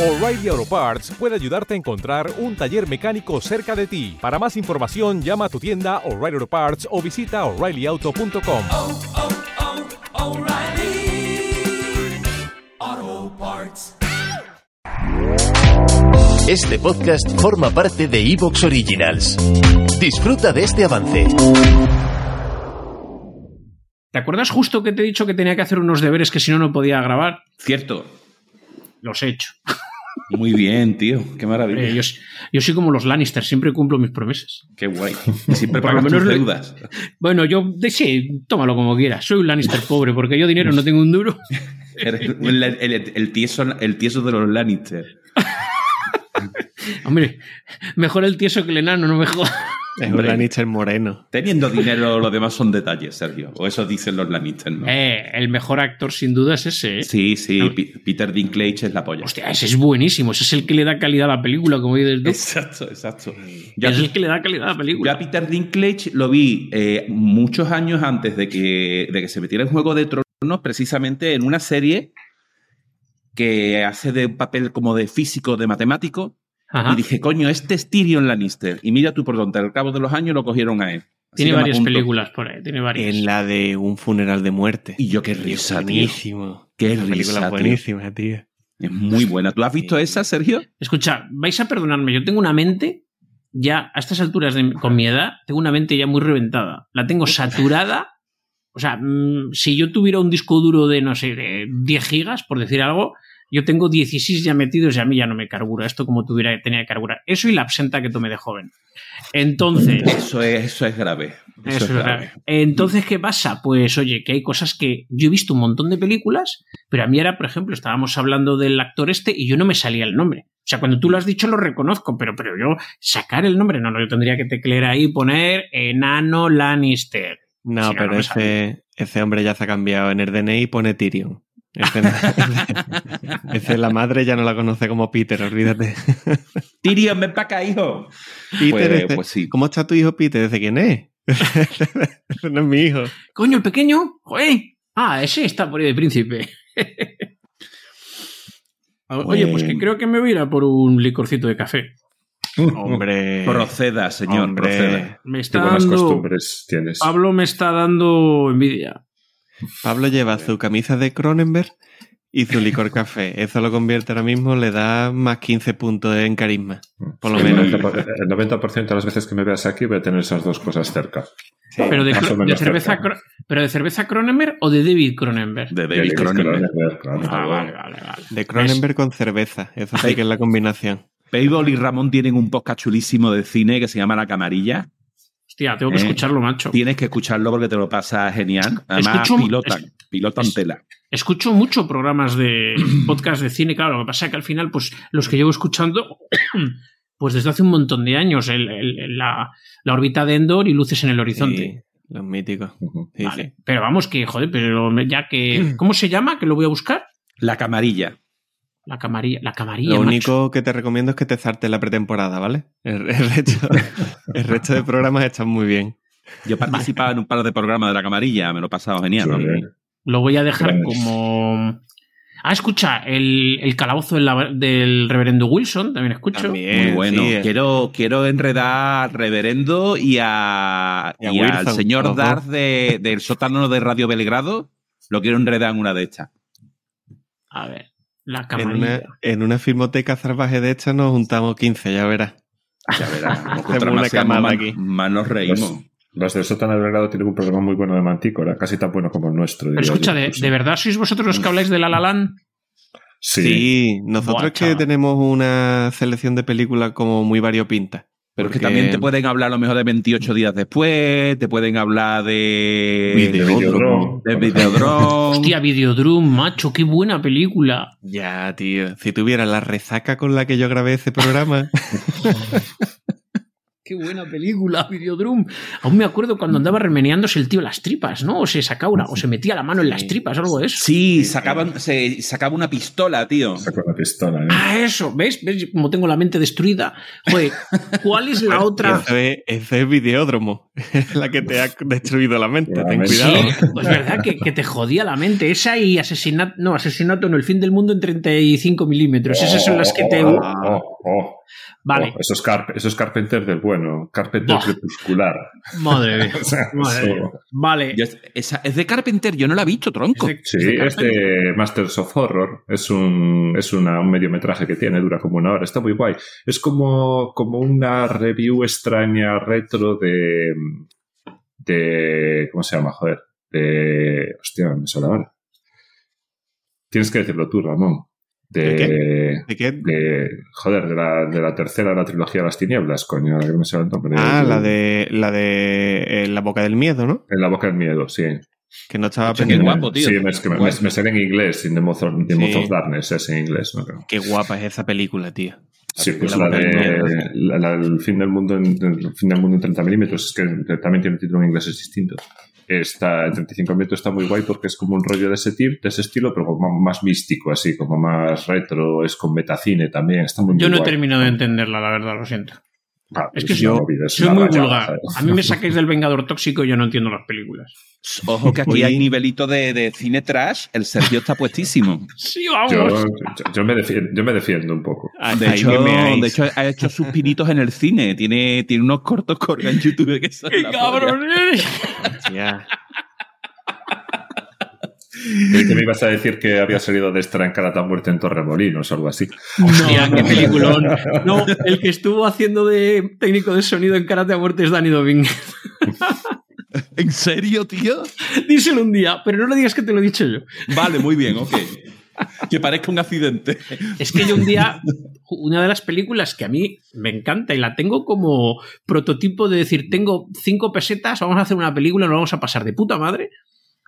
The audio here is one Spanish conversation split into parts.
O'Reilly Auto Parts puede ayudarte a encontrar un taller mecánico cerca de ti. Para más información, llama a tu tienda O'Reilly Auto Parts o visita oreillyauto.com. oh, oh, O'Reilly. Auto Parts. Este podcast forma parte de Evox Originals. Disfruta de este avance. ¿Te acuerdas justo que te he dicho que tenía que hacer unos deberes que si no no podía grabar? Cierto. Los he hecho. Muy bien, tío. Qué maravilla. Eh, Yo, yo soy como los Lannister, siempre cumplo mis promesas. Qué guay. Y siempre Por pagas lo menos tus le- deudas. Bueno, yo de- sí, tómalo como quieras. Soy un Lannister pobre porque yo dinero no tengo un duro. Eres El, el- el tieso, el tieso de los Lannister. Hombre, mejor el tieso que el enano, no me jodas. Es un Hombre. Lannister moreno. Teniendo dinero, los demás son detalles, Sergio. O eso dicen los Lannister, ¿no? Eh, el mejor actor sin duda es ese. ¿eh? Sí, sí. Pi- Peter Dinklage es la polla. Hostia, ese es buenísimo. Ese es el que le da calidad a la película, como dices tú. Exacto, exacto. Yo, Ese Mm. es el que le da calidad a la yo a película. Peter Dinklage lo vi eh, muchos años antes de que, de que se metiera en Juego de Tronos, precisamente en una serie que hace de un papel como de físico, de matemático, Ajá. Y dije, coño, este es Tyrion Lannister. Y mira tú por dónde, al cabo de los años lo cogieron a él. Así Tiene que me varias apunto. películas por ahí, tiene varias. En la de un funeral de muerte. Y yo qué Es risa, tío. buenísimo. Qué La película risa, es tío. buenísima, tío. Es muy buena. ¿Tú has visto esa, Sergio? Escucha, vais a perdonarme, yo tengo una mente ya a estas alturas de- con mi edad, tengo una mente ya muy reventada. La tengo saturada. O sea, mm, si yo tuviera un disco duro de, no sé, de 10 gigas, por decir algo, yo tengo 16 ya metidos y a mí ya no me carbura. Esto como tuviera, tenía que carburar. Eso y la absenta que tomé de joven. Entonces, Eso es, eso es grave. eso es grave. Entonces, ¿qué pasa? Pues oye, que hay cosas que yo he visto un montón de películas, pero a mí era, por ejemplo, estábamos hablando del actor este y yo no me salía el nombre. O sea, cuando tú lo has dicho lo reconozco, pero, pero yo sacar el nombre, no, no, yo tendría que teclear ahí y poner enano Lannister. No, Sí, no, no pero me ese, ese hombre ya se ha cambiado. En el DNI pone Tyrion. Ese, ese la madre ya no la conoce como Peter, olvídate. Tyrion, ven para acá, hijo. Peter, Pues, ese- pues sí. ¿cómo está tu hijo Peter? ¿Desde quién es? Ese no es mi hijo. Coño, el pequeño, joder. Ah, ese está por ahí de príncipe. Oye, pues que creo que me voy a ir a por un licorcito de café. Hombre. Eh, Proceda, señor, hombre. proceda. Me Qué está buenas dando... costumbres tienes. Pablo me está dando envidia. Pablo lleva su camisa de Cronenberg y su licor café. Eso lo convierte ahora mismo, le da más 15 puntos en carisma. Por lo El menos. 90% eh, El 90% de las veces que me veas aquí voy a tener esas dos cosas cerca. Pero de, Más cro- o menos de cerveza, cerca. Cro- pero de cerveza Cronenberg o de David Cronenberg. De David David Cronenberg. Cronenberg, claro. Ah, vale, vale, vale. De Cronenberg con cerveza. Eso sí que es la combinación. Payball y Ramón tienen un podcast chulísimo de cine que se llama La Camarilla. Hostia, tengo que Eh. escucharlo, macho. Tienes que escucharlo porque te lo pasa genial. Además, Escucho- pilotan, pilotan es- tela. Escucho mucho programas de podcast de cine, claro. Lo que pasa es que al final, pues, los que llevo escuchando, pues desde hace un montón de años, el- el- el- la, la órbita de Endor y Luces en el Horizonte. Sí, los míticos. Ujú. Sí, Vale. sí. Pero vamos, que, joder, pero me- ya que. ¿Cómo se llama? Que lo voy a buscar. La Camarilla. La camarilla. La camarilla. Lo macho. único que te recomiendo es que te zartes la pretemporada, ¿vale? El, el resto, el resto de programas están muy bien. Yo participaba en un par de programas de la camarilla, me lo he pasado genial. Sí, bien. Lo voy a dejar Gracias. como. Ah, escucha, el, el calabozo del, lava- del reverendo Wilson, también escucho. También, Muy bueno. sí, eh. quiero, quiero enredar al reverendo y, a, Y a y al Wilson, señor los dos. Darth de- del sótano de Radio Belgrado. Lo quiero enredar en una de estas. A ver, la En camarilla. una, en una filmoteca salvaje de esta nos juntamos 15, ya verás. Ya verás. Hacemos Contra una más, seamos, camada más, aquí. Pues, más nos reímos. Los del sótano del grado tienen un programa muy bueno de Mantícora, casi tan bueno como el nuestro. Pero diría escucha, yo, de, incluso. ¿de verdad sois vosotros los que habláis de La La Land? Sí. Sí, nosotros Buah, que chaval. tenemos una selección de películas como muy variopinta. Pero es que Porque- también te pueden hablar a lo mejor de 28 días después, te pueden hablar de. Video- De Videodrome, de por Videodrome. Hostia, Videodrum, macho, qué buena película. Ya, tío. Si tuviera la resaca con la que yo grabé ese programa. Qué buena película, Videodrum. Aún me acuerdo cuando andaba remeneándose el tío las tripas, ¿no? O se sacaba una, o se metía la mano en las tripas, algo de eso. Sí, sacaban, se sacaba una pistola, tío. ejemplo, Con la pistola, ¿eh? Ah, eso, ¿ves? ¿Ves como tengo la mente destruida? Joder, ¿cuál es la otra? Eso es, eso es videódromo. la que te ha destruido la mente. Ten Realmente. cuidado. Sí, pues verdad que, que te jodía la mente. Esa y asesinato, no, asesinato no, el fin del mundo en 35 milímetros. Esas son las que te. Oh, oh, oh, Ah. Vale, oh, eso, es Carp- eso es Carpenter del bueno. Carpenter Buah. crepuscular. madre mía. O sea, Madre sí. mía. Vale. Yo- esa- es de Carpenter, yo no la he visto, tronco. Es de- Sí, es de es de Masters of Horror. Es un, es una- un mediometraje que tiene, dura como una hora. Está muy guay. Es como, como una review extraña retro de, de. ¿Cómo se llama? Joder. De. Hostia, me sale ahora. Tienes que decirlo tú, Ramón. ¿De De. ¿De qué? de- joder, de la, de la tercera de la trilogía de las tinieblas, coño, ahora que no me sale el nombre. Ah, la de la de eh, la boca del miedo, ¿no? En la boca del miedo, sí. Que no estaba Qué Sí, pendiente. guapo, tío. Sí, es que me, me, Guay. me sale en inglés, sin The Mouth of, The Sí. Mouth of Darkness, es en inglés, ¿no? Ah, Pero- Qué guapa es esa película, tío. Sí, pues La la, Boca del Miedo. de, la, la del fin del mundo en, el fin del mundo en 30 milímetros, es que también tiene un título en inglés es distinto. Está, en 35 milímetros está muy guay porque es como un rollo de ese, tip, de ese estilo, pero como más místico, así, como más retro, es con metacine también, está muy Yo muy no he guay. terminado de entenderla, la verdad, lo siento. Ah, Es pues que es yo una movida, es soy una muy rayada, vulgar. ¿sabes? A mí me saquéis del Vengador Tóxico y yo no entiendo las películas. Ojo que aquí Oye. hay nivelito de, de cine trash, el Sergio está puestísimo. Sí, Yo, vamos. yo- yo me defiendo, yo me defiendo un poco. Ah, De ahí hecho, me meáis. de hecho, ha hecho sus pinitos en el cine. Tiene, tiene unos cortos corriendo en YouTube que son ¡Qué la polla. cabrón eres! Ya. Creí que me ibas a decir que había salido de Estrancada tan muerte en Torremolinos o algo así. Hostia, qué peliculón. No, el que estuvo haciendo de técnico de sonido en Karate a Muerte es Dani Domínguez. ¿En serio, tío? Díselo un día, pero no le digas que te lo he dicho yo. Vale, muy bien, ok. Que parezca un accidente. Es que yo un día, una de las películas que a mí me encanta y la tengo como prototipo de decir, tengo cinco pesetas, vamos a hacer una película, nos vamos a pasar de puta madre.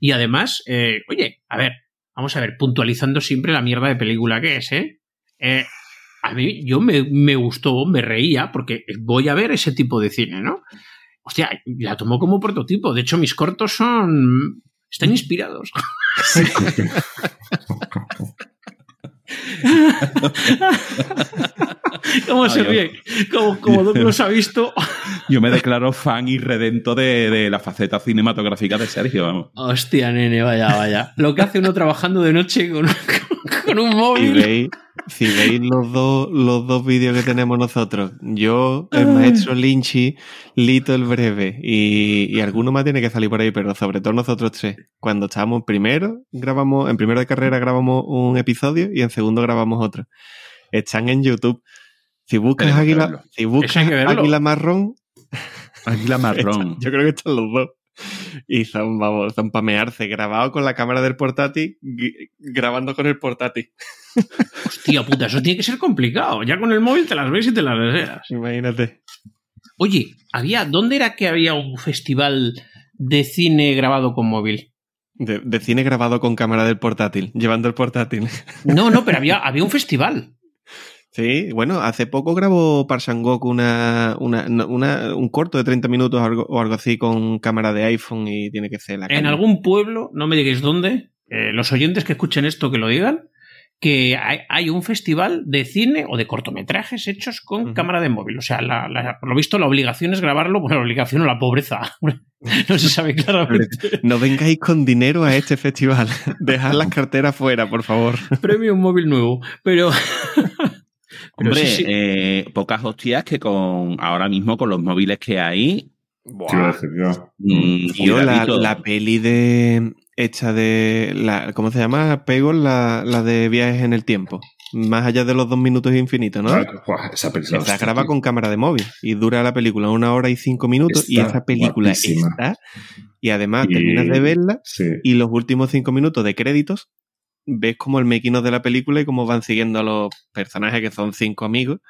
Y además, eh, oye, a ver, vamos a ver, puntualizando siempre la mierda de película que es, ¿eh? Eh, a mí yo me, me gustó, me reía, porque voy a ver ese tipo de cine, ¿no? Hostia, la tomo como prototipo. De hecho, mis cortos son... Están inspirados. ¿Cómo se Ay, ríe? Como, como Doc los ha visto. Yo me declaro fan y redento de, de la faceta cinematográfica de Sergio, vamos. Hostia, nene, vaya, vaya. Lo que hace uno trabajando de noche con, con- con un Si móvil. veis, si veis los dos, los dos vídeos que tenemos nosotros, yo, Ah. el maestro Linchi, Lito el Breve y, y alguno más tiene que salir por ahí, pero sobre todo nosotros tres. Cuando estábamos primero, grabamos, en primero de carrera grabamos un episodio y en segundo grabamos otro. Están en YouTube. Si buscas Tenemos que águila, verlo. si Eso hay buscas que verlo. águila marrón, Águila marrón. yo creo que están los dos. Y son, vamos, son pamearse, grabado con la cámara del portátil, gui- grabando con el portátil. Hostia puta, eso tiene que ser complicado. Ya con el móvil te las ves y te las deseas. Imagínate. Oye, había, ¿dónde era que había un festival de cine grabado con móvil? De, de cine grabado con cámara del portátil, llevando el portátil. No, no, pero había, había un festival. Sí, bueno, hace poco grabó Parsangok una, una, no, una- un corto de 30 minutos o algo, o algo así con cámara de iPhone y tiene que ser la En caña. algún pueblo, no me digáis dónde, eh, los oyentes que escuchen esto que lo digan, que hay, hay un festival de cine o de cortometrajes hechos con Ujú. cámara de móvil. O sea, la- la- por lo visto la obligación es grabarlo, bueno, la obligación o la pobreza. no se sabe claramente. No vengáis con dinero a este festival. Dejad las carteras fuera, por favor. Premio un móvil nuevo, pero... pero Hombre, sí, sí. eh, pocas hostias que con ahora mismo con los móviles que hay. Te iba a decir yo. mm, Tío, la, cuidadito. la peli de. hecha de. La, ¿Cómo se llama? Pegol, la, la de viajes en el tiempo. Más allá de los dos minutos infinitos, ¿no? Ah, guau, esa película. Esta hostia, graba tío. con cámara de móvil y dura la película una hora y cinco minutos y Está esa película guapísima. está y además Y- terminas de verla Sí. y los últimos cinco minutos de créditos ves como el making of de la película y cómo van siguiendo a los personajes que son cinco amigos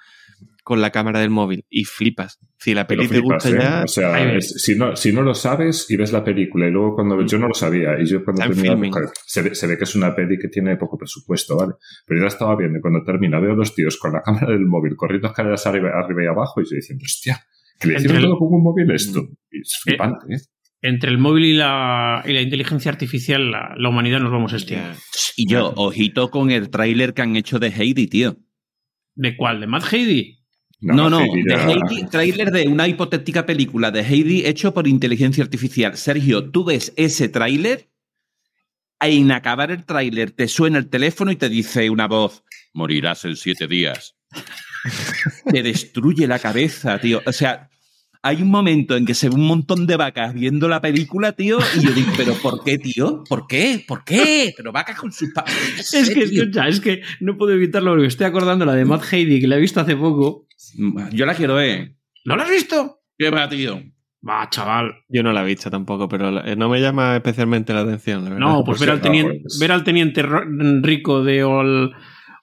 con la cámara del móvil y flipas. Si la Pero peli te flipas, gusta ¿eh? ya, O sea, ahí es- si, no, si no lo sabes y ves la película, y luego cuando yo no lo sabía, y yo Mm. Está cuando en terminé, filming. claro, se, ve, se ve que es una peli que tiene poco presupuesto, ¿vale? Pero yo la estaba viendo y cuando termina veo a los tíos con la cámara del móvil corriendo escaleras arriba, arriba y abajo, y yo diciendo, hostia, que le hicieron Entre el- todo con un móvil esto. Mm. Y es flipante, ¿eh? Entre el móvil y la, y la inteligencia artificial, la, la humanidad nos vamos a extinguir. Y yo, ojito con el tráiler que han hecho de Heidi, tío. ¿De cuál? ¿De Matt Heidi? No, no, Heidi de era- Heidi, tráiler de una hipotética película de Heidi hecho por inteligencia artificial. Sergio, tú ves ese tráiler, e en acabar el tráiler te suena el teléfono y te dice una voz, morirás en siete días. te destruye la cabeza, tío. O sea, hay un momento en que se ve un montón de vacas viendo la película, tío, y yo digo, pero ¿por qué, tío? ¿Por qué? ¿Por qué? Pero vacas con sus... pa- Es que, escucha, es que no puedo evitarlo porque estoy acordando la de Matt Heidi que la he visto hace poco. Yo la quiero, ¿eh? ¿No la has visto? ¿Qué va, tío? Va, chaval. Yo no la he visto tampoco, pero la- eh, no me llama especialmente la atención, la verdad. No, pues por ah, ver al, cierto, teniente, pues- ver al teniente ro- rico de o al,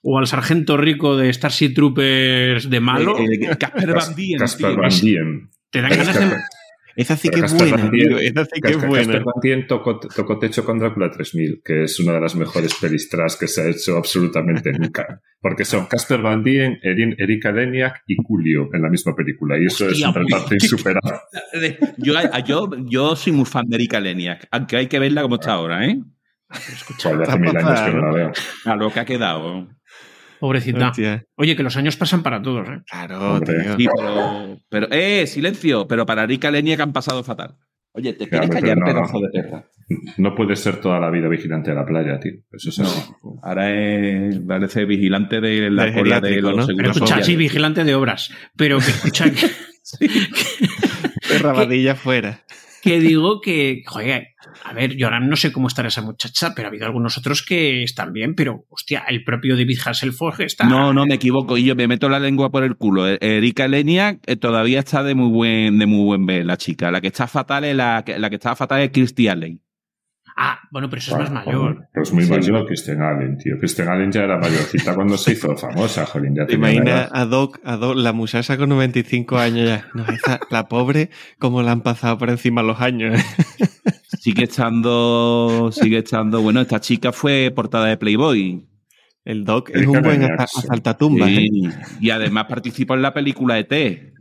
o al sargento rico de Starship Troopers de malo, Eh, eh, Casper Cas- Van Dien, Casper tío. Van Dien. te dan ganas de... Esa sí Pero que es Casper buena, Van Dien- tío. Esa sí que es Casper, Casper buena. Van Dien tocó, tocó techo con Drácula 3000, que es una de las mejores pelis trash que se ha hecho absolutamente nunca. Porque son Casper Van Dien, Erin, Erika Deniak y Julio en la misma película. Y Hostia, eso pues. es un reparto insuperable. Yo, yo, yo soy muy fan de Erika Leniak, aunque hay que verla como está ahora, ¿eh? Joder, hace mil años que no la veo. A lo que ha quedado. Pobrecita. Hostia. Oye, que los años pasan para todos, ¿eh? Claro, Hombre. tío. Sí, pero, pero- ¡Eh, silencio! Pero para Erika Leniak han pasado fatal. Oye, ¿te quieres Claro, callar, pero no, pedazo no. de perra? No puedes ser toda la vida vigilante de la playa, tío. Eso es así. No, ahora es, parece vigilante de la Del cola de geriátrico, los Pero ¿no? seguros escucha, sociales. sí, vigilante de obras. Pero que escucha, que, Perra Vadilla fuera. que digo que, joder, a ver, yo ahora no sé cómo estará esa muchacha, pero ha habido algunos otros que están bien, pero, hostia, el propio David Hasselhoff está... No, no, me equivoco. Y yo me meto la lengua por el culo. E- Erika Leniak eh, todavía está de muy buen de muy buen ver, la chica. La que está fatal es la, que- la que está fatal es Kirstie Alley. Ah, bueno, pero eso es más Bueno, mayor. Pero es muy Sí. mayor Kristen Allen, tío. Kristen Allen ya era mayorcita cuando se hizo famosa, jolín. Ya ¿Te tenía una edad. imaginas a Doc, a Doc, la muchacha con 95 años ya? No, esa, la pobre, como la han pasado por encima los años. ¿eh? Sigue estando, sigue estando. Bueno, esta chica fue portada de Playboy. El Doc es El un buen Canarias. asa- asaltatumba. Sí, ¿eh? Y además participó en la película E ET.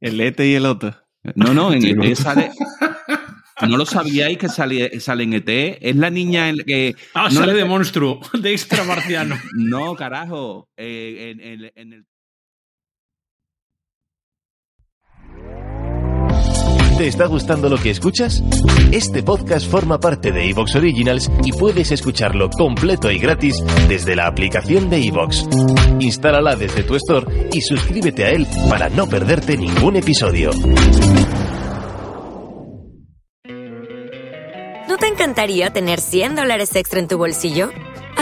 El Ete y el Otto. No, no, en Sí, ET no. sale. No lo sabíais que sale, sale en ET. Es la niña en la que. Ah, No, sale no. de monstruo, de extra marciano. No, carajo. eh, en- en- en el ¿Te está gustando lo que escuchas? Este podcast forma parte de Evox Originals y puedes escucharlo completo y gratis desde la aplicación de Evox. Instálala desde tu store y suscríbete a él para no perderte ningún episodio. ¿No te encantaría tener 100 dólares extra en tu bolsillo?